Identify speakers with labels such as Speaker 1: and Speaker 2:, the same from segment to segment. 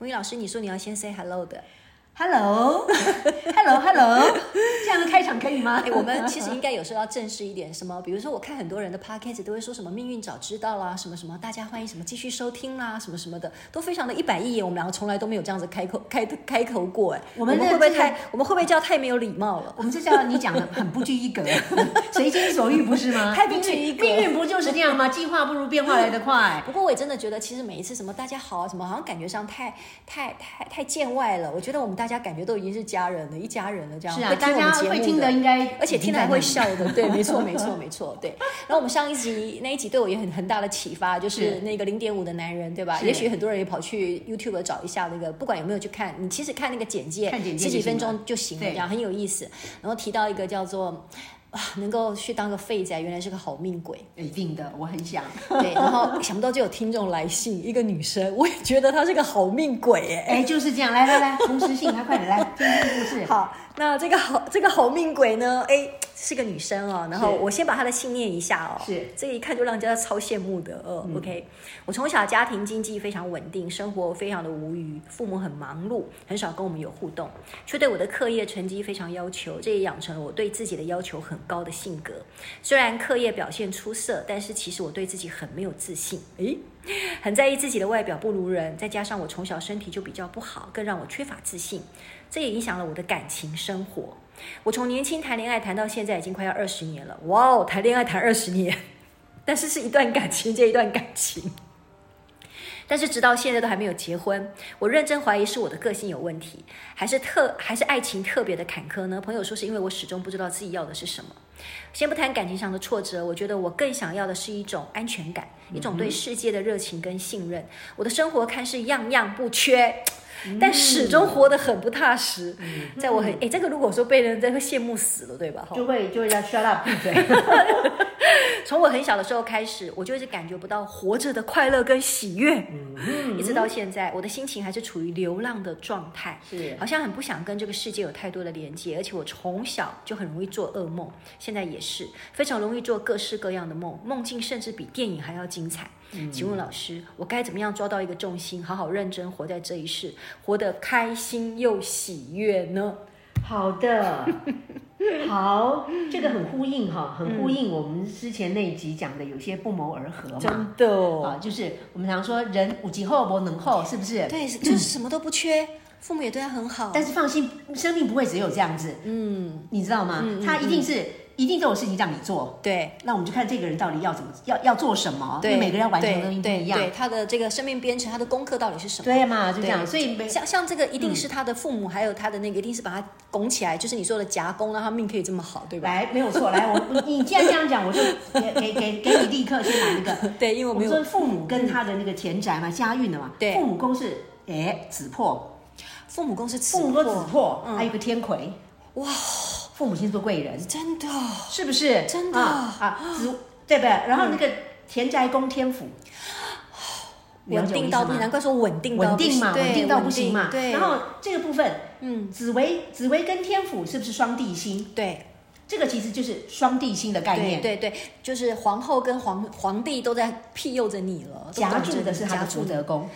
Speaker 1: 吴宇老师，你说你要先 say hello 的，
Speaker 2: Hello Hello，这 样的开场可以吗？
Speaker 1: 哎，我们其实应该有时候要正式一点，什么，比如说我看很多人的 podcast 都会说什么命运早知道啦，什么什么，大家欢迎什么继续收听啦，什么什么的，都非常的一板一眼。我们两个从来都没有这样子开口开开口过，哎，
Speaker 2: 我
Speaker 1: 我
Speaker 2: 们
Speaker 1: 们
Speaker 2: 这
Speaker 1: 会不会
Speaker 2: 这个
Speaker 1: 太，我们会不会叫太没有礼貌了？
Speaker 2: 我们这叫你讲的很不拘一 格，随心所欲不是吗？
Speaker 1: 太不拘一格
Speaker 2: 命运不就是这样吗？计划不如变化来得快。
Speaker 1: 不过我也真的觉得，其实每一次什么大家好啊，什么好像感觉上太太太太见外了。我觉得我们大家感觉都已经是家人了，一家人了这样。
Speaker 2: 是啊，
Speaker 1: 会
Speaker 2: 大
Speaker 1: 听我
Speaker 2: 家
Speaker 1: 们节目
Speaker 2: 会听的应该，
Speaker 1: 而且听了还会。笑的，对，没 错，没错，没错，对。然后我们上一集那一集对我也很很大的启发，就是
Speaker 2: 是
Speaker 1: 那个零点五的男人，对吧？
Speaker 2: 是
Speaker 1: 也许很多人也跑去 YouTube 找一下那个，不管有没有去看，你其实看那个简介，
Speaker 2: 看简介
Speaker 1: 十
Speaker 2: 就
Speaker 1: 几分
Speaker 2: 行了
Speaker 1: 钟就行了，
Speaker 2: 对
Speaker 1: 这样很有意思。然后提到一个叫做。啊，能够去当个废仔，原来是个好命鬼。
Speaker 2: 一定的，我很想。
Speaker 1: 对，然后想不到就有听众来信，一个女生，我也觉得她是个好命鬼哎。
Speaker 2: 哎，就是这样，来来来，同时性，来快点来，听听故事。
Speaker 1: 好，那这个好这个好命鬼呢，哎，是个女生哦。然后我先把她的信念一下哦，
Speaker 2: 是
Speaker 1: 这个一看就让人家超羡慕的。呃、o k 我从小家庭经济非常稳定，生活非常的无余，父母很忙碌，很少跟我们有互动，却对我的课业成绩非常要求，这也养成了我对自己的要求很高的性格。虽然课业表现出色，但是其实我对自己很没有自信。诶。很在意自己的外表不如人，再加上我从小身体就比较不好，更让我缺乏自信，这也影响了我的感情生活。我从年轻谈恋爱谈到现在已经快要二十年了，哇哦，谈恋爱谈二十年，但是是一段感情接一段感情。 但是直到现在都还没有结婚，我认真怀疑是我的个性有问题，还是特还是爱情特别的坎坷呢？朋友说是因为我始终不知道自己要的是什么。先不谈感情上的挫折，我觉得我更想要的是一种安全感，一种对世界的热情跟信任。我的生活看似样样不缺。但始终活得很不踏实，在我很哎，这个如果说被人在会羡慕死了，对吧？哈
Speaker 2: 就会就会要 shut up 闭嘴。
Speaker 1: 从我很小的时候开始，我就一直感觉不到活着的快乐跟喜悦，
Speaker 2: 嗯
Speaker 1: 一直到现在，我的心情还是处于流浪的状态，
Speaker 2: 是
Speaker 1: 好像很不想跟这个世界有太多的连接，而且我从小就很容易做噩梦，现在也是非常容易做各式各样的梦，梦境甚至比电影还要精彩。
Speaker 2: 嗯
Speaker 1: 请问老师，我该怎么样抓到一个重心，好好认真活在这一世，活得开心又喜悦呢？
Speaker 2: 好的， 好，这个很呼应哈，很呼应我们之前那一集讲的，有些不谋而合嘛。
Speaker 1: 嗯的
Speaker 2: 啊，就是我们常说人五级后不能后，是不是？
Speaker 1: 对，就是什么都不缺，父母也对他很好，
Speaker 2: 但是放心，生命不会只有这样子，
Speaker 1: 嗯，
Speaker 2: 你知道吗？他一定是一定都有事情让你做。
Speaker 1: 对。
Speaker 2: 那我们就看这个人到底要怎么要要做什么，因
Speaker 1: 对，
Speaker 2: 为每个人要完成的
Speaker 1: 对
Speaker 2: 东西不
Speaker 1: 对
Speaker 2: 一样
Speaker 1: 对，他的这个生命编程，他的功课到底是什么？
Speaker 2: 对嘛？就这样，所以每
Speaker 1: 像像这个一定是他的父母，还有他的那个一定是把他拱起来，就是你说的夹攻，让他命可以这么好，对吧？
Speaker 2: 来没有错，来我你既然这样讲，我就给给给给你立刻先来一个，
Speaker 1: 对，因为
Speaker 2: 我
Speaker 1: 我没
Speaker 2: 们
Speaker 1: 有
Speaker 2: 说父母跟他的那个田宅嘛，家运的嘛，
Speaker 1: 对
Speaker 2: 父母宫是哎子破，
Speaker 1: 父母宫是子
Speaker 2: 父母宫子
Speaker 1: 破，嗯
Speaker 2: 破，还有一个天魁，
Speaker 1: 哇，
Speaker 2: 父母星座贵人，
Speaker 1: 真的
Speaker 2: 是不是？
Speaker 1: 真的
Speaker 2: 啊，啊子对不对？然后那个田宅宫天府，
Speaker 1: 稳定到不行，难
Speaker 2: 了解我意思吗
Speaker 1: 怪说稳定到
Speaker 2: 稳
Speaker 1: 不行
Speaker 2: 定嘛，
Speaker 1: 对
Speaker 2: 稳定到不行嘛。
Speaker 1: 稳定对，
Speaker 2: 然后这个部分，
Speaker 1: 嗯，
Speaker 2: 紫薇紫薇跟天府是不是双地星？
Speaker 1: 对
Speaker 2: 这个其实就是双地星的概
Speaker 1: 对
Speaker 2: 念。
Speaker 1: 对对，就是皇后跟皇皇帝都在庇佑着你了，都
Speaker 2: 夹
Speaker 1: 等着
Speaker 2: 住的
Speaker 1: 你
Speaker 2: 是他
Speaker 1: 夹
Speaker 2: 的
Speaker 1: 住
Speaker 2: 福德宫，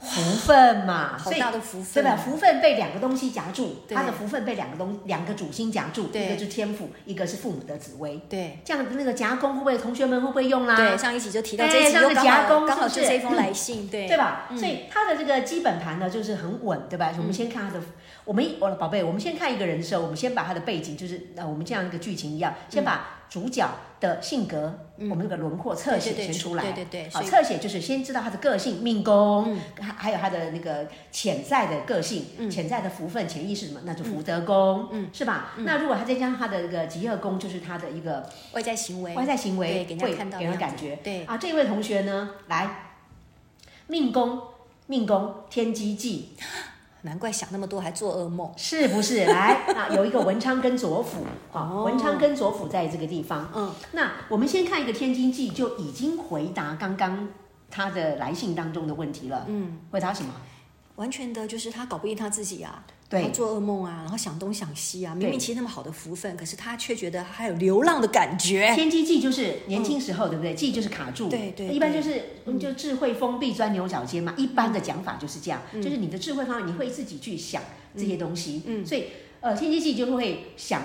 Speaker 2: 福分嘛，
Speaker 1: 好
Speaker 2: 所以
Speaker 1: 大的福分
Speaker 2: 对吧？
Speaker 1: 哦
Speaker 2: 福分被两个东西夹住，
Speaker 1: 对
Speaker 2: 他的福分被两个东两个主星夹住，
Speaker 1: 对
Speaker 2: 一个就是天赋，一个是父母的紫薇。
Speaker 1: 对。
Speaker 2: 这样子那个夹攻会不会同学们会不会用啦？
Speaker 1: 对，上一集就提到
Speaker 2: 哎
Speaker 1: 这一集
Speaker 2: 上
Speaker 1: 又
Speaker 2: 次
Speaker 1: 刚
Speaker 2: 夹
Speaker 1: 好
Speaker 2: 攻
Speaker 1: 刚好
Speaker 2: 是
Speaker 1: 是
Speaker 2: 不是
Speaker 1: 这封来信，对
Speaker 2: 对吧？所以他的这个基本盘呢，就是很稳，
Speaker 1: 嗯
Speaker 2: 对吧？我们先看他的，我们我的宝贝，我们先看一个人的时候，我们先把他的背景，就是呃，我们这样一个剧情一样，
Speaker 1: 嗯
Speaker 2: 先把主角的性格，我们那个轮廓侧写
Speaker 1: 对对
Speaker 2: 先
Speaker 1: 对
Speaker 2: 出来，
Speaker 1: 对对对所
Speaker 2: 好，
Speaker 1: 以嗯
Speaker 2: 侧写就是先知道他的个性、命宫，还还有他的那个潜在的个性、潜在的福分、潜意识什么，那就福德宫，嗯，是吧？那如果他再加上他的那个极恶宫，就是他的一个
Speaker 1: 外在行为，
Speaker 2: 外在行
Speaker 1: 对，
Speaker 2: 为
Speaker 1: 给人
Speaker 2: 会
Speaker 1: 家看到
Speaker 2: 给
Speaker 1: 的样子
Speaker 2: 人感觉。
Speaker 1: 对
Speaker 2: 啊，这位同学呢，来命宫。命宫天机忌，
Speaker 1: 难怪想那么多还做噩梦。
Speaker 2: 是 不是？来，那有一个文昌跟左辅，好，
Speaker 1: 哦
Speaker 2: 文昌跟左辅在这个地方。
Speaker 1: 嗯，
Speaker 2: 那我们先看一个天机记，就已经回答刚刚他的来信当中的问题了。嗯，回答什么？
Speaker 1: 完全的就是他搞不定他自己啊，
Speaker 2: 对
Speaker 1: 他做噩梦啊，然后想东想西啊，明
Speaker 2: 对
Speaker 1: 明其实那么好的福分，可是他却觉得还有流浪的感觉。
Speaker 2: 天机记就是年轻时候，对不对？记就是卡住，
Speaker 1: 对对嗯
Speaker 2: 一般就是嗯就智慧封闭钻牛角尖嘛。一般的讲法就是这样，就是你的智慧方面，你会自己去想这些东西，嗯，所以呃，天机记就会想。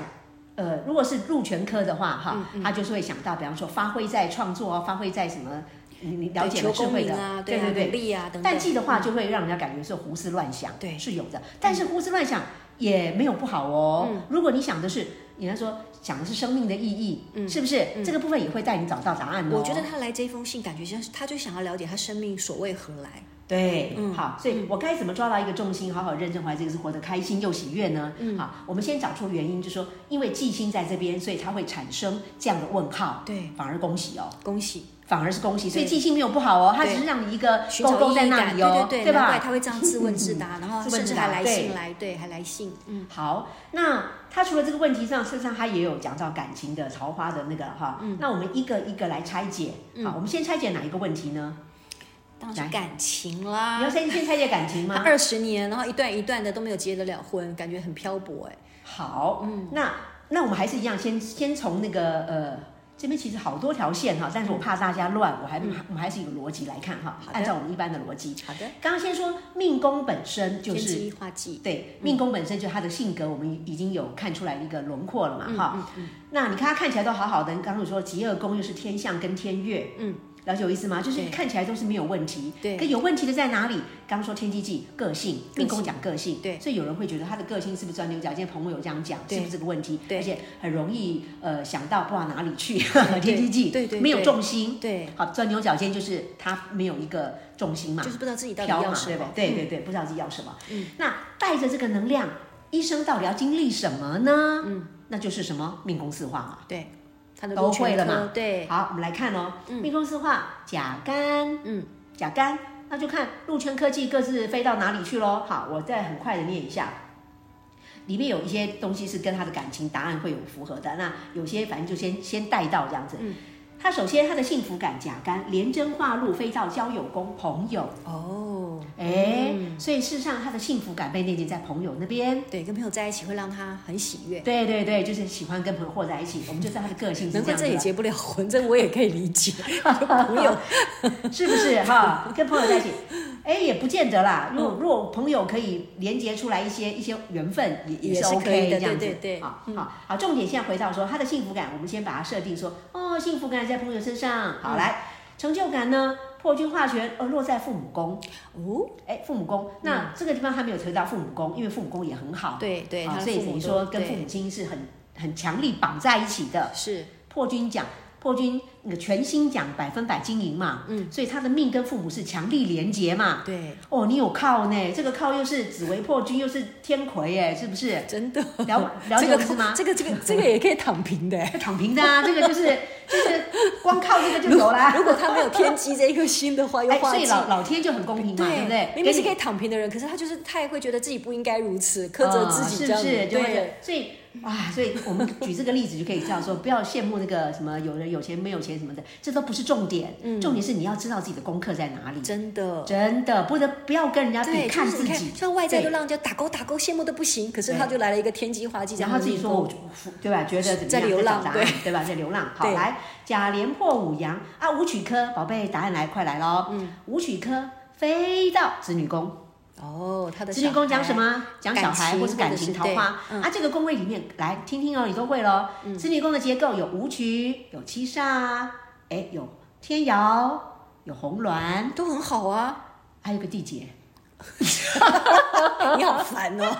Speaker 2: 呃，如果是入全科的话，哈，
Speaker 1: 嗯
Speaker 2: 他就是会想到，比方说发挥在创作啊，发挥在什么，你你了解了
Speaker 1: 求
Speaker 2: 智
Speaker 1: 功
Speaker 2: 慧
Speaker 1: 名
Speaker 2: 的，
Speaker 1: 啊，
Speaker 2: 对
Speaker 1: 啊，
Speaker 2: 对对
Speaker 1: 努，力啊等等。
Speaker 2: 但记的话就会让人家感觉是胡思乱想，
Speaker 1: 对
Speaker 2: 是有的。但是胡思乱想也没有不好哦。
Speaker 1: 嗯
Speaker 2: 如果你想的是，人家说想的是生命的意义，是不是、这个部分也会带你找到答案哦？
Speaker 1: 嗯我觉得他来这封信，感觉像是他就想要了解他生命所谓何来。
Speaker 2: 对，
Speaker 1: 嗯
Speaker 2: 好，所以我该怎么抓到一个重心，好好认真怀这个是活得开心又喜悦呢？
Speaker 1: 嗯
Speaker 2: 好，我们先找出原因，就说因为记心在这边，所以它会产生这样的问号，
Speaker 1: 对，
Speaker 2: 反而恭喜哦。
Speaker 1: 恭喜，
Speaker 2: 反而是恭喜，所以
Speaker 1: 对
Speaker 2: 记性没有不好哦，它
Speaker 1: 对
Speaker 2: 只是让你一个
Speaker 1: 寻
Speaker 2: 勾
Speaker 1: 找
Speaker 2: 勾
Speaker 1: 意
Speaker 2: 在
Speaker 1: 义
Speaker 2: 那
Speaker 1: 感，
Speaker 2: 里哦，
Speaker 1: 对对对，难怪
Speaker 2: 吧？
Speaker 1: 他会这样自问自 答，然后
Speaker 2: 自问
Speaker 1: 甚
Speaker 2: 自
Speaker 1: 至
Speaker 2: 答
Speaker 1: 还来
Speaker 2: 对
Speaker 1: 信来，对，还来信，嗯，
Speaker 2: 好，那他除了这个问题上，事实上他也有讲到感情的桃花的那个哈。
Speaker 1: 嗯
Speaker 2: 那我们一个一个来拆解。好，我们先拆解哪一个问题呢？
Speaker 1: 当然
Speaker 2: 来
Speaker 1: 是感情
Speaker 2: 你要
Speaker 1: 啦。
Speaker 2: 先先拆解感情
Speaker 1: 他
Speaker 2: 吗？
Speaker 1: 二十年，然后一段一段的都没有结得了婚，感觉很漂泊哎、
Speaker 2: 好，
Speaker 1: 嗯
Speaker 2: 那那我们还是一样，先先从那个呃。这边其实好多条线哈，但是我怕大家乱，我还、我们还是有逻辑来看哈
Speaker 1: 嗯好，的
Speaker 2: 按照我们一般的逻辑。
Speaker 1: 好的，
Speaker 2: 刚刚先说命宫本身就
Speaker 1: 天
Speaker 2: 是
Speaker 1: 机化忌，
Speaker 2: 对，命宫本身就他的性格，我们已经有看出来一个轮廓了嘛，
Speaker 1: 嗯
Speaker 2: 哈、那你看他看起来都好好的，你刚刚有说极恶宫又是天象跟天月，嗯，了解我意思吗？就是
Speaker 1: 对
Speaker 2: 看起来都是没有问题，
Speaker 1: 对
Speaker 2: 可有问题的在哪里？刚刚说天机忌个性，命宫讲个性，
Speaker 1: 对
Speaker 2: 所以有人会觉得他的个性是不是钻牛角尖？朋友有这样讲，
Speaker 1: 对
Speaker 2: 是不是这个问题？
Speaker 1: 对
Speaker 2: 而且很容易呃想到不往哪里去，
Speaker 1: 对
Speaker 2: 天机忌，
Speaker 1: 对对对
Speaker 2: 没有重心，
Speaker 1: 对，
Speaker 2: 好钻牛角尖就是他没有一个重心嘛，
Speaker 1: 就是不知道自己到底
Speaker 2: 飘
Speaker 1: 要
Speaker 2: 嘛，
Speaker 1: 什
Speaker 2: 对
Speaker 1: 么
Speaker 2: 不，对？对对对，不知道自己要什么。嗯，那带着这个能量，一生到底要经历什么呢？嗯，那就是什么命宫四化嘛。
Speaker 1: 对，他的
Speaker 2: 都
Speaker 1: 路全
Speaker 2: 会了
Speaker 1: 科
Speaker 2: 嘛
Speaker 1: 对，
Speaker 2: 好，我们来看哦，命宫四化甲干，
Speaker 1: 嗯，
Speaker 2: 甲干，那就看陆圈科技各自飞到哪里去喽。好，我再很快的念一下。里面有一些东西是跟他的感情答案会有符合的，那有些反正就先先带到这样子。嗯，他首先他的幸福感甲干，连贞化禄飞到交友宫朋友，
Speaker 1: 哦，
Speaker 2: 哎，所以事实上他的幸福感被内建在朋友那边。
Speaker 1: 对，跟朋友在一起会让他很喜悦，
Speaker 2: 对对对，就是喜欢跟朋友和在一起，我们就知道他的个性是
Speaker 1: 难怪
Speaker 2: 这样
Speaker 1: 这也
Speaker 2: 子啊
Speaker 1: 结不了婚，这我也可以理 解，就朋友
Speaker 2: 了，是不是哈？跟朋友在一起，哎，也不见得啦。如果、
Speaker 1: 嗯
Speaker 2: 如果朋友可以连接出来一些一些缘分，也
Speaker 1: 也
Speaker 2: 是
Speaker 1: 是可以
Speaker 2: OK
Speaker 1: 的
Speaker 2: 这样子。
Speaker 1: 对对嗯对
Speaker 2: 好好好，重点现在回到说他的幸福感，我们先把它设定说，哦，幸福感在朋友身上。好，
Speaker 1: 嗯
Speaker 2: 来成就感呢？破军化权，呃，落在父母宫。
Speaker 1: 哦，
Speaker 2: 哎，父母宫，那这个地方他没有提到父母宫，因为父母宫也很 好。
Speaker 1: 对对，
Speaker 2: 啊
Speaker 1: 他的
Speaker 2: 所以
Speaker 1: 父
Speaker 2: 等
Speaker 1: 母
Speaker 2: 于
Speaker 1: 都
Speaker 2: 说跟父
Speaker 1: 对
Speaker 2: 母亲是很很强力绑在一起的。
Speaker 1: 是
Speaker 2: 破军奖，破军那个全新奖百分百经营嘛，嗯，所以他的命跟父母是强力连结嘛。
Speaker 1: 对，
Speaker 2: 哦，你有靠呢，这个靠又是紫薇破军，又是天魁，哎，是不是？
Speaker 1: 真的
Speaker 2: 了了解
Speaker 1: 这
Speaker 2: 我
Speaker 1: 个
Speaker 2: 意思吗？
Speaker 1: 这个这个这个也可以躺平的。
Speaker 2: 这躺平 的啊，这个就是就是光靠这个 就有啦。
Speaker 1: 如果他没有天机这一颗心的话，又
Speaker 2: 哎，
Speaker 1: 化
Speaker 2: 所以
Speaker 1: 忌。
Speaker 2: 老老天就很公平嘛，对不对？
Speaker 1: 明明是
Speaker 2: 给
Speaker 1: 可
Speaker 2: 你
Speaker 1: 以躺平的人，可是他就是太会觉得自己不应该如此，苛责自己
Speaker 2: 啊
Speaker 1: 这样
Speaker 2: 是
Speaker 1: 子，
Speaker 2: 不是？就会
Speaker 1: 对，
Speaker 2: 所以啊，所以我们举这个例子就可以知道说，不要羡慕那个什么有人有钱没有钱什么的，这都不是重点，
Speaker 1: 嗯
Speaker 2: 重点是你要知道自己的功课在哪里。
Speaker 1: 真的，
Speaker 2: 真的，不得不要跟人家比，
Speaker 1: 对，
Speaker 2: 看
Speaker 1: 就是
Speaker 2: 自
Speaker 1: 你看，
Speaker 2: 己，
Speaker 1: 虽然外在
Speaker 2: 对
Speaker 1: 都让人家打勾打勾，羡慕的不行，可是
Speaker 2: 对
Speaker 1: 他就来了一个天机滑稽，
Speaker 2: 然后自己说我对吧？觉得怎么样？
Speaker 1: 嗯在流浪
Speaker 2: 找答案
Speaker 1: 对
Speaker 2: 对吧？在流浪。好，
Speaker 1: 对
Speaker 2: 来甲连破五阳啊，武曲科，宝贝，答案来，快来喽！嗯，武曲科飞到子女宫，
Speaker 1: 哦，他的
Speaker 2: 子女宫讲什
Speaker 1: 小孩？
Speaker 2: 么？讲小孩
Speaker 1: 感情
Speaker 2: 或是感
Speaker 1: 或
Speaker 2: 情
Speaker 1: 者是嗯
Speaker 2: 桃花、啊。这个宫位里面来听听哦，你都会喽。子女宫的结构有武曲，有七煞，哎，有天姚，有红鸾，
Speaker 1: 都很好啊，
Speaker 2: 还有个地劫。
Speaker 1: 你好烦 哦。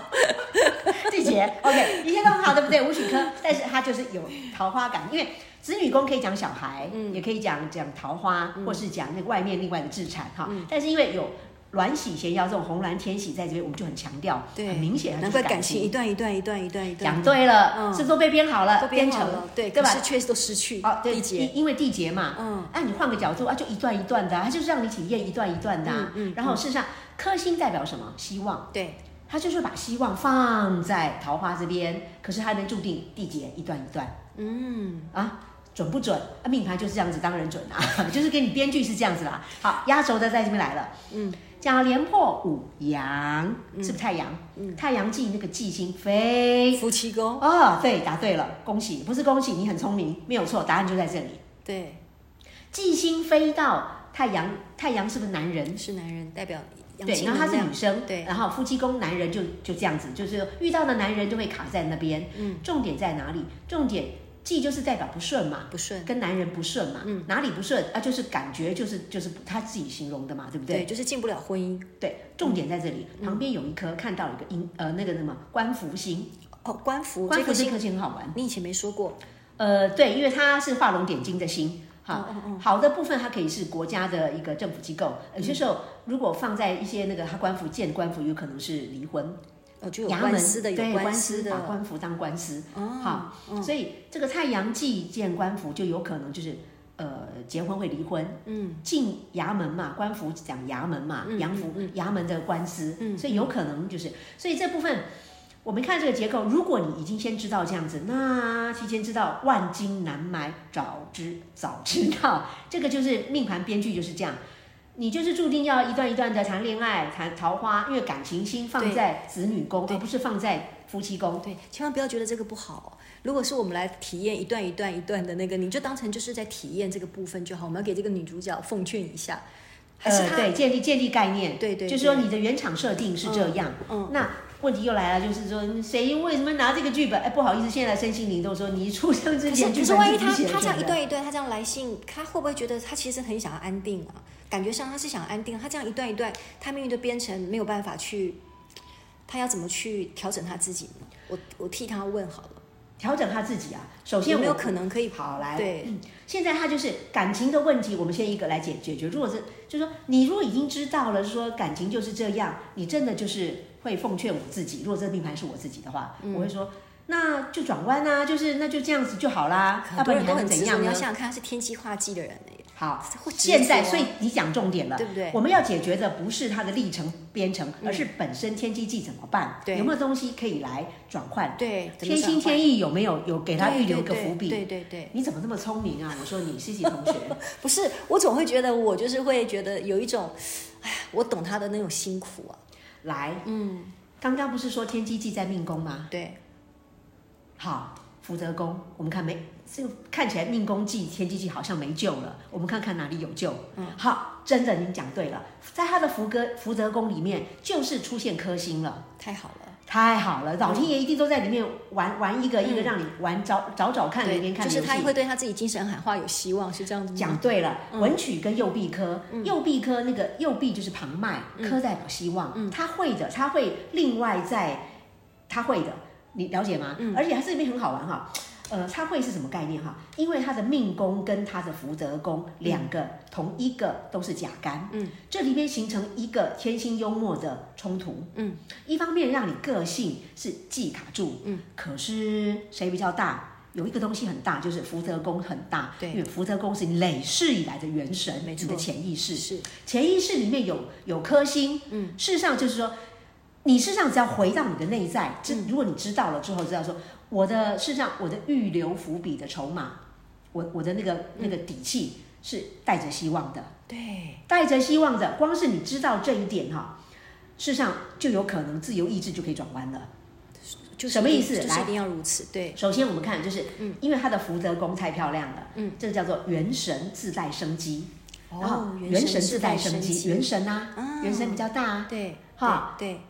Speaker 2: 地劫 OK，一切都很好，对不对？武曲科，但是他就是有桃花感，因为子女宫可以讲
Speaker 1: 嗯嗯
Speaker 2: 小孩，也可以讲讲桃花，或是讲那个外面另外的资产哈。但是因为有鸾喜闲聊这种红蓝天喜在这边，我们就很强调，
Speaker 1: 对，
Speaker 2: 很明显它
Speaker 1: 难
Speaker 2: 就是
Speaker 1: 怪感情一
Speaker 2: 情。
Speaker 1: 段一段一段一段一段，
Speaker 2: 讲对了，
Speaker 1: 嗯
Speaker 2: 是不是都被编好了，
Speaker 1: 都编
Speaker 2: 成
Speaker 1: 好了，对，
Speaker 2: 对
Speaker 1: 可
Speaker 2: 吧
Speaker 1: 是？确实都失去
Speaker 2: 哦，对，
Speaker 1: 缔结，
Speaker 2: 因因为缔结嘛，
Speaker 1: 嗯，
Speaker 2: 啊，你换个角度啊，就一段一段的、啊，它就是让你体验一段一段的、啊
Speaker 1: 嗯嗯
Speaker 2: 然后事实上，颗星代表什么？希望，
Speaker 1: 对，
Speaker 2: 它就是把希望放在桃花这边，可是它那边注定缔结一段一段
Speaker 1: 嗯，
Speaker 2: 啊，准不准？啊，命盘就是这样子，当然准啊， 就是给你编剧是这样子啦。好，压轴的在这边来了，
Speaker 1: 嗯，
Speaker 2: 讲廉破五阳，是不是太阳？
Speaker 1: 嗯
Speaker 2: 太阳记那个记星飞。
Speaker 1: 夫妻宫，
Speaker 2: 啊、对，答对了，恭喜！不是恭喜，你很聪明，没有错，答案就在这里。
Speaker 1: 对，
Speaker 2: 纪星飞到太阳，太阳是不是男人？
Speaker 1: 是男人代表阳
Speaker 2: 对，
Speaker 1: 性
Speaker 2: 然后他
Speaker 1: 能
Speaker 2: 是
Speaker 1: 量
Speaker 2: 女，生，
Speaker 1: 对
Speaker 2: 然后夫妻宫男人就就这样子，就是遇到的男人就会卡在那边。
Speaker 1: 嗯，
Speaker 2: 重点在哪里？重点忌就是代表不顺嘛，
Speaker 1: 不顺，
Speaker 2: 跟男人不顺嘛，
Speaker 1: 嗯，
Speaker 2: 哪里不顺啊？就是感觉就是就是他自己形容的嘛，对不
Speaker 1: 对，嗯
Speaker 2: 对？
Speaker 1: 就是进不了婚姻。
Speaker 2: 对，重点在这里，旁边有一颗看到一个阴呃那个什么官福星，
Speaker 1: 哦，官服
Speaker 2: 官
Speaker 1: 这
Speaker 2: 福
Speaker 1: 个
Speaker 2: 这颗
Speaker 1: 星，
Speaker 2: 星很好玩。
Speaker 1: 你以前没说过，
Speaker 2: 呃，对，因为它是画龙点睛的星。好
Speaker 1: 哦哦哦，
Speaker 2: 好的部分它可以是国家的一个政府机构，有些时候如果放在一些那个他官府见官府，有可能是离婚，
Speaker 1: 哦，就有
Speaker 2: 衙
Speaker 1: 官
Speaker 2: 门
Speaker 1: 司的，有
Speaker 2: 对官
Speaker 1: 司
Speaker 2: 把
Speaker 1: 的，
Speaker 2: 官啊服当官司，
Speaker 1: 哦
Speaker 2: 好，所以这个太阳忌见官府就有可能就是呃结婚会离婚，
Speaker 1: 嗯，
Speaker 2: 进衙门嘛，官府讲衙门嘛，
Speaker 1: 嗯
Speaker 2: 阳府衙门的官司，
Speaker 1: 嗯
Speaker 2: 所以有可能就是，所以这部分我们看这个结构，如果你已经先知道这样子，那提前知道万金难买早知早知道，这个就是命盘编剧就是这样。你就是注定要一段一段的谈恋爱、谈桃花，因为感情心放
Speaker 1: 对
Speaker 2: 在子女宫，
Speaker 1: 对
Speaker 2: 而不是放在夫妻宫。
Speaker 1: 哦对，千万不要觉得这个不好。如果是我们来体验一段一段一段的那个，你就当成就是在体验这个部分就好。我们要给这个女主角奉劝一下，还是
Speaker 2: 呃，
Speaker 1: 她、
Speaker 2: 对，建立建立概念，
Speaker 1: 对对
Speaker 2: 就是
Speaker 1: 对
Speaker 2: 说你的原厂设定是这样，
Speaker 1: 嗯
Speaker 2: 那问题又来了，就是说谁为什么拿这个剧本？哎，不好意思，现在身心灵都说你出生之
Speaker 1: 可是
Speaker 2: 前
Speaker 1: 可
Speaker 2: 剧
Speaker 1: 是
Speaker 2: 本
Speaker 1: 万一
Speaker 2: 自己
Speaker 1: 她
Speaker 2: 写的
Speaker 1: 她这样一
Speaker 2: 对
Speaker 1: 段一段，她这样来信，她会不会觉得她其实很想要安定啊？感觉上她是想安定，她这样一段一段，她命运的编程没有办法去，她要怎么去调整她自己呢？我我替她问好了，
Speaker 2: 调整他自己啊。首先
Speaker 1: 有没有
Speaker 2: 我
Speaker 1: 可能可以
Speaker 2: 好来？嗯
Speaker 1: 对、
Speaker 2: 现在他就是感情的问题，我们先一个来解解决。如果是就是说你如果已经知道了，说感情就是这样，你真的就是会奉劝我自己，如果这个命盘是我自己的话，
Speaker 1: 嗯
Speaker 2: 我会说。那就转弯啊，就是那就这样子就好啦，要
Speaker 1: 很
Speaker 2: 不
Speaker 1: 多人
Speaker 2: 然你
Speaker 1: 都
Speaker 2: 还能
Speaker 1: 很执
Speaker 2: 怎
Speaker 1: 着。
Speaker 2: 样
Speaker 1: 你要
Speaker 2: 呢？
Speaker 1: 想想看，她是天机化忌的人呢，
Speaker 2: 好，
Speaker 1: 会执
Speaker 2: 现在，
Speaker 1: 着啊
Speaker 2: 所以你讲重点了，
Speaker 1: 对不对嗯
Speaker 2: 我们要解决的不是它的历程编程，而是本身天机记怎么办？
Speaker 1: 对
Speaker 2: 有没有东西可以来转换？
Speaker 1: 对，怎么
Speaker 2: 天心
Speaker 1: 转换
Speaker 2: 天意有没有有给他
Speaker 1: 对
Speaker 2: 预
Speaker 1: 对
Speaker 2: 留一个
Speaker 1: 对
Speaker 2: 伏笔？
Speaker 1: 对对对，
Speaker 2: 你怎么这么聪明啊？我说你，西西同 学，
Speaker 1: 不是，我总会觉得我就是会觉得有一种，哎，我懂他的那种辛苦啊。
Speaker 2: 来，
Speaker 1: 嗯，
Speaker 2: 刚刚不是说天机记在命宫吗？
Speaker 1: 对，
Speaker 2: 好，福德宫，我们看没，就看起来命宫忌、天机忌好像没救了，我们看看哪里有救。嗯，好，真的您讲对了，在他的福哥福德宫里面，就是出现颗星了。
Speaker 1: 太好了。
Speaker 2: 太好了，老天爷一定都在里面玩玩一个一个让你玩找找找
Speaker 1: 嗯
Speaker 2: 看，
Speaker 1: 对
Speaker 2: 连连，看
Speaker 1: 就
Speaker 2: 游
Speaker 1: 是
Speaker 2: 戏。
Speaker 1: 他会对他自己精神喊话，有希望是这样子吗
Speaker 2: 讲对了，
Speaker 1: 嗯
Speaker 2: 文曲跟右臂科，右臂科那个右臂就是旁脉，
Speaker 1: 嗯
Speaker 2: 科代表希望，他会的，他会另外在，他会的，你了解吗？
Speaker 1: 嗯
Speaker 2: 而且他这边很好玩哈。呃，他会是什么概念哈？因为他的命宫跟他的福德宫两个同一个都是甲干，
Speaker 1: 嗯，
Speaker 2: 这里面形成一个天性幽默的冲突，
Speaker 1: 嗯，
Speaker 2: 一方面让你个性是既卡住，嗯，可是谁比较大？有一个东西很大，就是福德宫很大，
Speaker 1: 对
Speaker 2: 因为福德宫是你累世以来的元神，
Speaker 1: 没错
Speaker 2: 你的潜意识，
Speaker 1: 是
Speaker 2: 潜意识里面有有颗星，嗯，事实上就是说，你事实上只要回到你的内在，知、
Speaker 1: 嗯
Speaker 2: 如果你知道了之后，知道说我的事实上我的预留伏笔的筹码，我我的那个那个底气是带着希望的，
Speaker 1: 对，
Speaker 2: 带着希望的，光是你知道这一点哈、事实上就有可能自由意志就可以转弯了。
Speaker 1: 就是
Speaker 2: 什么意思
Speaker 1: 一定就是
Speaker 2: 来
Speaker 1: 一定要如此。对，
Speaker 2: 首先我们看就是，因为它的福德宫太漂亮了，
Speaker 1: 嗯，
Speaker 2: 这个叫做元神自带生机，然后
Speaker 1: 哦，
Speaker 2: 元神自带生机，元神啊，
Speaker 1: 啊
Speaker 2: 元神比较大啊。
Speaker 1: 对，
Speaker 2: 哈
Speaker 1: 对，对，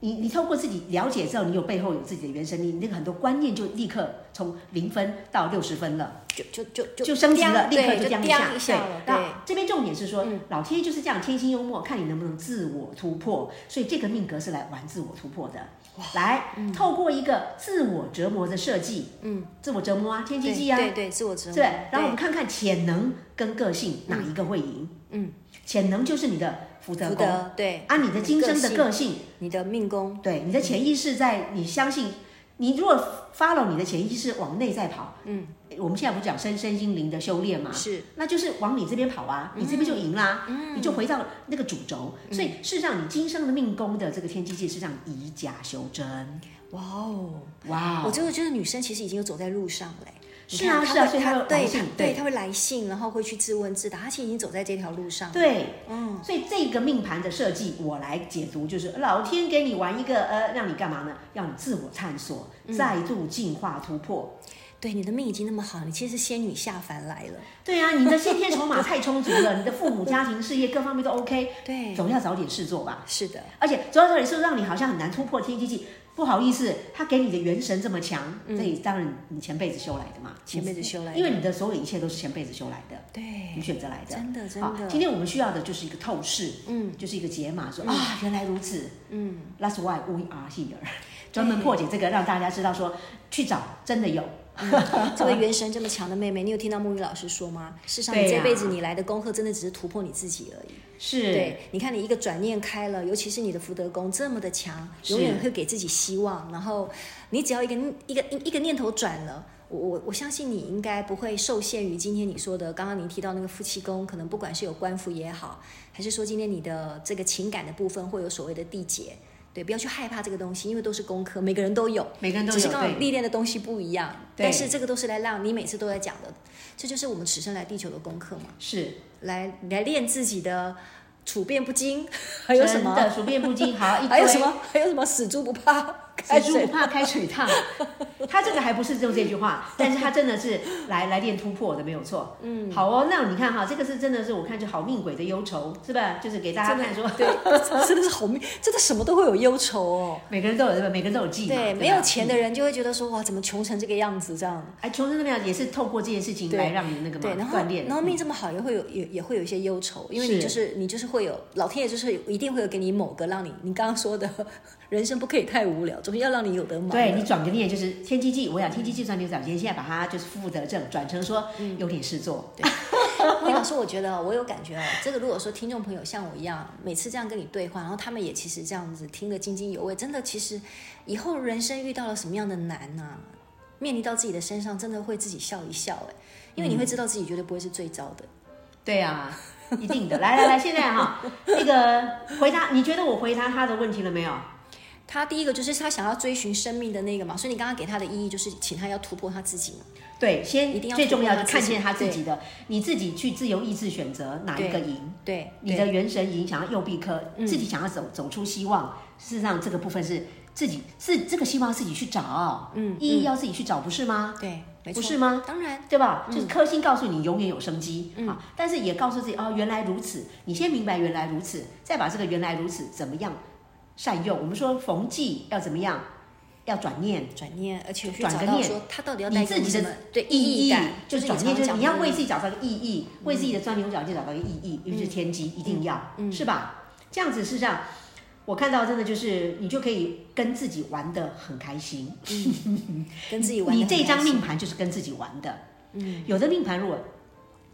Speaker 2: 你你透过自己了解之后，你有背后有自己的元神，你那个很多观念就立刻从零分到六十分了，
Speaker 1: 就就就就
Speaker 2: 就升级了，立
Speaker 1: 对
Speaker 2: 刻
Speaker 1: 就
Speaker 2: 这样
Speaker 1: 掉一下
Speaker 2: 下
Speaker 1: 了。。
Speaker 2: 那
Speaker 1: 对，
Speaker 2: 这边重点是说
Speaker 1: 嗯，
Speaker 2: 老天爷就是这样，天性幽默，看你能不能自我突破。所以这个命格是来玩自我突破的，来透过一个自我折磨的设计，
Speaker 1: 嗯，
Speaker 2: 自我折磨啊，天机
Speaker 1: 对
Speaker 2: 记啊，
Speaker 1: 对对，自我折磨。
Speaker 2: 对，然后我们
Speaker 1: 对
Speaker 2: 看看潜能跟个性哪一个会赢。
Speaker 1: 嗯，
Speaker 2: 潜能就是你的福德
Speaker 1: 福
Speaker 2: 宫，
Speaker 1: 德对
Speaker 2: 啊，你的今生的个性，
Speaker 1: 你的命宫，
Speaker 2: 对，你的潜意识在你相信，你如果 follow 你的潜意识往内在跑，
Speaker 1: 嗯，
Speaker 2: 我们现在不是讲身身心灵的修炼嘛，
Speaker 1: 是
Speaker 2: 那就是往你这边跑啊，
Speaker 1: 嗯
Speaker 2: 你这边就赢啦，你就回到那个主轴。
Speaker 1: 嗯
Speaker 2: 所以事实上，你今生的命宫的这个天机界是让以假修真，
Speaker 1: 哇哦，
Speaker 2: 哇
Speaker 1: 我
Speaker 2: 哦，
Speaker 1: 觉得就是女生其实已经有走在路上嘞。你
Speaker 2: 是啊
Speaker 1: 看
Speaker 2: 是
Speaker 1: 她
Speaker 2: 啊
Speaker 1: 会
Speaker 2: 所以她
Speaker 1: 她
Speaker 2: 会
Speaker 1: 对
Speaker 2: 来信
Speaker 1: 她
Speaker 2: 对
Speaker 1: 对她会来信，然后会去自问自答，她其实已经走在这条路上。，
Speaker 2: 对。
Speaker 1: 嗯，
Speaker 2: 所以这个命盘的设计，我来解读就是呃老天给你玩一个呃，让你干嘛呢？让你自我探索，
Speaker 1: 嗯
Speaker 2: 再度进化突破。
Speaker 1: 对，你的命已经那么好，你其实是仙女下凡来了。
Speaker 2: 对啊，你的先天筹码太充足了，你的父母、家庭、事业各方面都 OK，
Speaker 1: 对，
Speaker 2: 总要找点事做吧。
Speaker 1: 是的，
Speaker 2: 而且主要这里是让你好像很难突破天机忌，不好意思，他给你的元神这么强，这也当然你前辈子修来的嘛，
Speaker 1: 嗯前辈子修来的
Speaker 2: 因为你的所有一切都是前辈子修来的，你
Speaker 1: 对，
Speaker 2: 选择来的。
Speaker 1: 哎真的真
Speaker 2: 好，
Speaker 1: 的，
Speaker 2: 今天我们需要的就是一个透视，
Speaker 1: 嗯
Speaker 2: 就是一个解码，说啊，原来如此
Speaker 1: 嗯，
Speaker 2: ，That's why we are here，专门破解这个，让大家知道说去找真的有，
Speaker 1: 作为元神这么强的妹妹，你有听到木鱼老师说吗？事实上，
Speaker 2: 对
Speaker 1: 你这
Speaker 2: 呀
Speaker 1: 辈子你来的功课真的只是突破你自己而已。
Speaker 2: 是
Speaker 1: 对，你看你一个转念开了，尤其是你的福德宫这么的强，
Speaker 2: 是
Speaker 1: 永远会给自己希望。然后你只要一个一个一个念头转了，我我我相信你应该不会受限于今天你说的，刚刚您提到那个夫妻宫，可能不管是有官服也好，还是说今天你的这个情感的部分会有所谓的缔结。对，不要去害怕这个东西，因为都是功课，每个人都有，
Speaker 2: 每个人都
Speaker 1: 只是
Speaker 2: 有
Speaker 1: 刚好
Speaker 2: 对
Speaker 1: 历练的东西不一样。
Speaker 2: 对
Speaker 1: 但是这个都是来让你每次都在讲的，这就是我们此生来地球的功课嘛。
Speaker 2: 是
Speaker 1: 来来练自己的处变不 惊，还有什么？
Speaker 2: 真的数遍不 惊，好，一堆
Speaker 1: 还有什么？还有什么？死猪不怕 开
Speaker 2: 蜘蛛
Speaker 1: 水
Speaker 2: 哎不怕开水烫， 他这个还不是就这句话，但是他真的是来来练突破的，没有错。嗯，好哦，那你看哈，这个是真的是我看就好命鬼的忧愁，是吧？就是给大家看说，
Speaker 1: 对， 真的是好命，真的什么都会有忧愁哦。
Speaker 2: 每个人都有这个，每个人都有忌嘛，
Speaker 1: 对，啊
Speaker 2: 吧
Speaker 1: 没有钱的人就会觉得说哇，怎么穷成这个样子这样？
Speaker 2: 哎，求生的量也是透过这件事情
Speaker 1: 对
Speaker 2: 来让你那个
Speaker 1: 对，
Speaker 2: 嘛
Speaker 1: 然后
Speaker 2: 锻炼，
Speaker 1: 然后命这么好，也会有也也会有一些忧愁，因为
Speaker 2: 是
Speaker 1: 你嗯就是你就是会有老天爷就是有一定会有给你某个让你你刚刚说的 人生不可以太无聊，总是要让你有得忙。
Speaker 2: 对你转个念就是天机记，我想天机计算牛角尖，现在把它就是负得正转成说
Speaker 1: 嗯
Speaker 2: 有点事做，
Speaker 1: 魏老师，我觉得我有感觉哦，这个如果说听众朋友像我一样，每次这样跟你对话，然后他们也其实这样子听得津津有味，真的，其实以后人生遇到了什么样的难呐、面临到自己的身上，真的会自己笑一笑哎，因
Speaker 2: 嗯
Speaker 1: 为你会知道自己绝对不会是最糟的。
Speaker 2: 对啊，一定的。来来来，现在 哈，那个回答，你觉得我回答他的问题了没有？
Speaker 1: 他第一个就是他想要追寻生命的那个嘛，所以你刚刚给他的意义就是请他要突破他自己嘛。
Speaker 2: 对，先
Speaker 1: 一定要
Speaker 2: 最重要
Speaker 1: 突
Speaker 2: 的
Speaker 1: 破他
Speaker 2: 看
Speaker 1: 自己
Speaker 2: 见他自己的，你自己去自由意志选择哪一个赢。
Speaker 1: 对，
Speaker 2: 你
Speaker 1: 对嗯
Speaker 2: 的元神影响右臂科，自己想要走走出希望，事实上这个部分是自己自这个希望自己去找，
Speaker 1: 嗯
Speaker 2: 意义要自己去找，不是吗？
Speaker 1: 对，没错，
Speaker 2: 不是吗？
Speaker 1: 当然，
Speaker 2: 对吧？
Speaker 1: 嗯
Speaker 2: 就是颗心告诉你永远有生机、啊，但是也告诉自己哦，原来如此。你先明白原来如此，再把这个原来如此怎么样善用。我们说逢记要怎么样，要转念，
Speaker 1: 转念，而且去
Speaker 2: 转
Speaker 1: 找
Speaker 2: 个
Speaker 1: 到
Speaker 2: 念
Speaker 1: 说他到底要带
Speaker 2: 你
Speaker 1: 给我
Speaker 2: 自
Speaker 1: 们
Speaker 2: 己
Speaker 1: 什
Speaker 2: 的
Speaker 1: 么对
Speaker 2: 意
Speaker 1: 意义感，
Speaker 2: 就是
Speaker 1: 你
Speaker 2: 转念，就是
Speaker 1: 常
Speaker 2: 你要为自
Speaker 1: 己
Speaker 2: 己找到一个意义，为自己
Speaker 1: 嗯
Speaker 2: 的钻牛角尖找到一个意义，因为是天机，一定要，是吧？这样子事实上，我看到真的就是你就可以跟自己玩的很开心。
Speaker 1: 跟自己玩得
Speaker 2: 你
Speaker 1: 很开
Speaker 2: 这
Speaker 1: 心。
Speaker 2: 张命盘就是跟自己玩的。嗯，有的命盘如果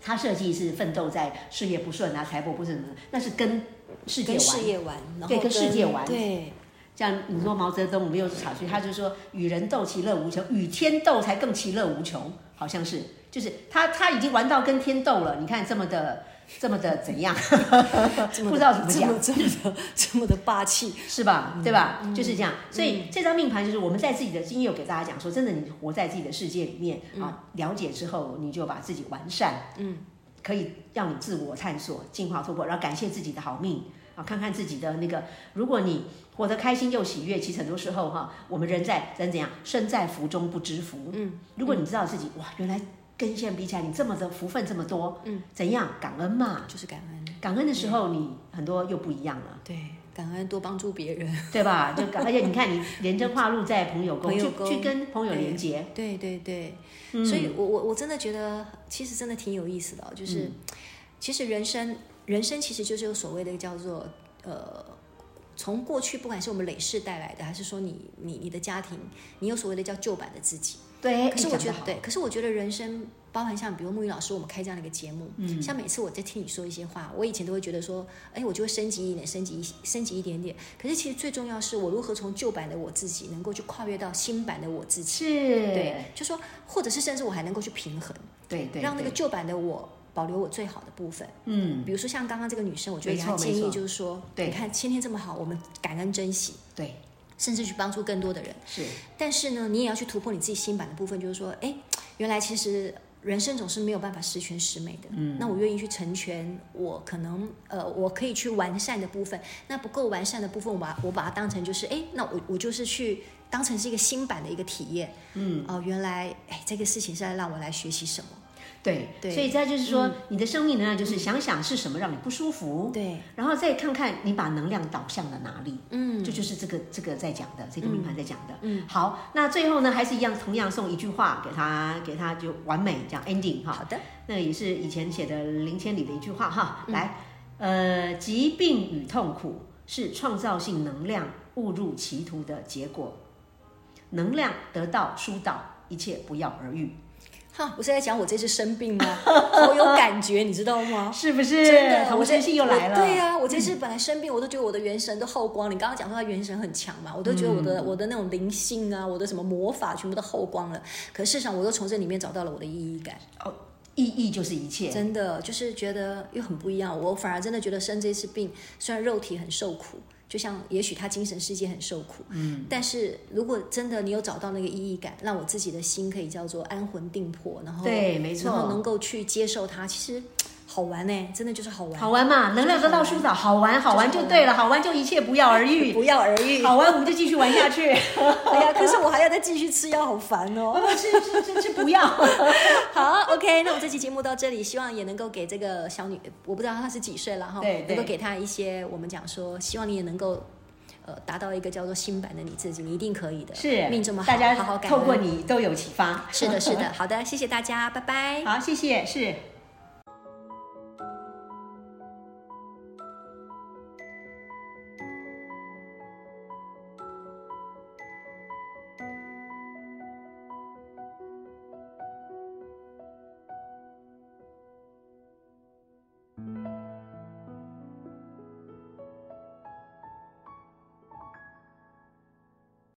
Speaker 2: 它设计是奋斗在事业不顺啊、财帛不顺的，那是跟世界
Speaker 1: 跟
Speaker 2: 玩。
Speaker 1: 世界玩，然后
Speaker 2: 对跟世界玩
Speaker 1: 对，
Speaker 2: 像你说毛泽东，我们又是草去，他就说与人斗其乐无穷，与天斗才更其乐无穷，好像是，就是他他已经玩到跟天斗了，你看这么的这么的怎样，
Speaker 1: 这么的
Speaker 2: 不知道怎么讲
Speaker 1: 这么这么的这么的霸气，嗯
Speaker 2: 是吧？对吧？就是这样，所以这张命盘就是我们在自己的经验有给大家讲说，真的你活在自己的世界里面啊，了解之后你就把自己完善，
Speaker 1: 嗯，
Speaker 2: 可以让你自我探索、进化、突破，然后感谢自己的好命啊，看看自己的那个，如果你活得开心又喜悦，其实很多时候哈、我们人在人怎样，身在福中不知福。
Speaker 1: 嗯，
Speaker 2: 如果你知道自己哇，原来跟现在比起来，你这么的福分这么多，
Speaker 1: 嗯，
Speaker 2: 怎样感恩嘛？
Speaker 1: 就是感恩，
Speaker 2: 感恩的时候，你很多又不一样了，
Speaker 1: 对，感恩多帮助别 人，
Speaker 2: 对吧？就感，而且你看，你连真化路在朋友宫，
Speaker 1: 朋友
Speaker 2: 去
Speaker 1: 宫
Speaker 2: 去跟朋友连接，
Speaker 1: 对对对，
Speaker 2: 嗯
Speaker 1: 所以我我我真的觉得其实真的挺有意思的哦、
Speaker 2: 嗯
Speaker 1: 就是、其实人生人生其实就是有所谓的叫做呃。从过去，不管是我们累世带来的，还是说你你你的家庭，你有所谓的叫旧版的自己。
Speaker 2: 对，
Speaker 1: 可是
Speaker 2: 哎
Speaker 1: 我
Speaker 2: 讲
Speaker 1: 觉
Speaker 2: 得
Speaker 1: 得
Speaker 2: 好，
Speaker 1: 对，可是我觉得人生包含像比如木鱼老师，我们开这样的一个节目，嗯，像每次我在听你说一些话，我以前都会觉得说，哎，我就会升级一点，升级一升级一点点。可是其实最重要是我如何从旧版的我自己，能够去跨越到新版的我自己，
Speaker 2: 是，
Speaker 1: 对，就说或者是甚至我还能够去平衡，
Speaker 2: 对对，
Speaker 1: 让那个
Speaker 2: 对
Speaker 1: 旧版的我保留我最好的部分。
Speaker 2: 嗯，
Speaker 1: 比如说像刚刚这个女生，我就会给
Speaker 2: 没
Speaker 1: 她
Speaker 2: 错
Speaker 1: 建
Speaker 2: 没
Speaker 1: 议，
Speaker 2: 错
Speaker 1: 就是说，
Speaker 2: 对
Speaker 1: 你看先天这么好，我们感恩珍惜，
Speaker 2: 对，
Speaker 1: 甚至去帮助更多的人。
Speaker 2: 是
Speaker 1: 但是呢，你也要去突破你自己新版的部分，就是说，哎，原来其实人生总是没有办法十全十美的。嗯，那我愿意去成全我可能呃，我可以去完善的部分。那不够完善的部分，我把我把它当成就是，哎，那我我就是去当成是一个新版的一个体验。嗯，哦、原来哎，这个事情是在让我来学习什么？
Speaker 2: 对，
Speaker 1: 对嗯
Speaker 2: 所以再就是说，你的生命能量就是想想是什么让你不舒服，
Speaker 1: 对，
Speaker 2: 然后再看看你把能量导向了哪里，
Speaker 1: 嗯，
Speaker 2: 这就是这个这个在讲的，这个命盘在讲的。嗯，好，那最后呢，还是一样，同样送一句话给他，给他就完美这样 ending
Speaker 1: 好
Speaker 2: 哈。
Speaker 1: 的，
Speaker 2: 那也是以前写的林千里的一句话哈，
Speaker 1: 嗯
Speaker 2: 来，呃，疾病与痛苦是创造性能量误入歧途的结果，能量得到疏导，一切不药而愈，
Speaker 1: 哈，我是在讲我这次生病吗？好有感觉，你知道吗？
Speaker 2: 是不是？
Speaker 1: 真的，
Speaker 2: 同
Speaker 1: 我这
Speaker 2: 声性又来了。
Speaker 1: 我
Speaker 2: 嗯
Speaker 1: 对呀、啊我这次本来生病，我都觉得我的元神都后光。你刚刚讲说他元神很强嘛，我都觉得我的、
Speaker 2: 嗯
Speaker 1: 我的那种灵性啊，我的什么魔法全部都后光了。可事实上，我又从这里面找到了我的意义感，
Speaker 2: 意义就是一切。
Speaker 1: 真的就是觉得又很不一样。我反而真的觉得生这次病，虽然肉体很受苦。就像，也许他精神世界很受苦，嗯，但是如果真的你有找到那个意义感，让我自己的心可以叫做安魂定魄，然后
Speaker 2: 对没错
Speaker 1: 然后能够去接受它，其实好玩呢、欸真的就是好玩，
Speaker 2: 好玩嘛，能量得到疏导，好玩好玩就对了，好玩就一切不药而愈，
Speaker 1: 不药而愈。
Speaker 2: 好玩我们就继续玩下去，
Speaker 1: 哎呀，可是我还要再继续吃药，好烦哦。
Speaker 2: 吃吃吃吃不要，
Speaker 1: 好，OK，那我们这期节目到这里，希望也能够给这个小女，我不知道她是几岁了哈，
Speaker 2: 对对
Speaker 1: 能够给她一些我们讲说，希望你也能够。呃，达到一个叫做新版的你自己，你一定可以的。
Speaker 2: 是
Speaker 1: 命这么好，
Speaker 2: 大家
Speaker 1: 好好感恩啊
Speaker 2: 透过。你都有启发，
Speaker 1: 是的，是的，好的，谢谢大家，拜拜。
Speaker 2: 好，谢谢，是。